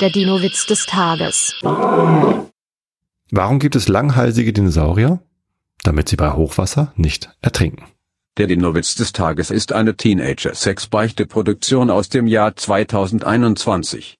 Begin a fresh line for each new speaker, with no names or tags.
Der Dino-Witz des Tages.
Warum gibt es langhalsige Dinosaurier? Damit sie bei Hochwasser nicht ertrinken.
Der Dinowitz des Tages ist eine Teenager-Sex-Beichte-Produktion aus dem Jahr 2021.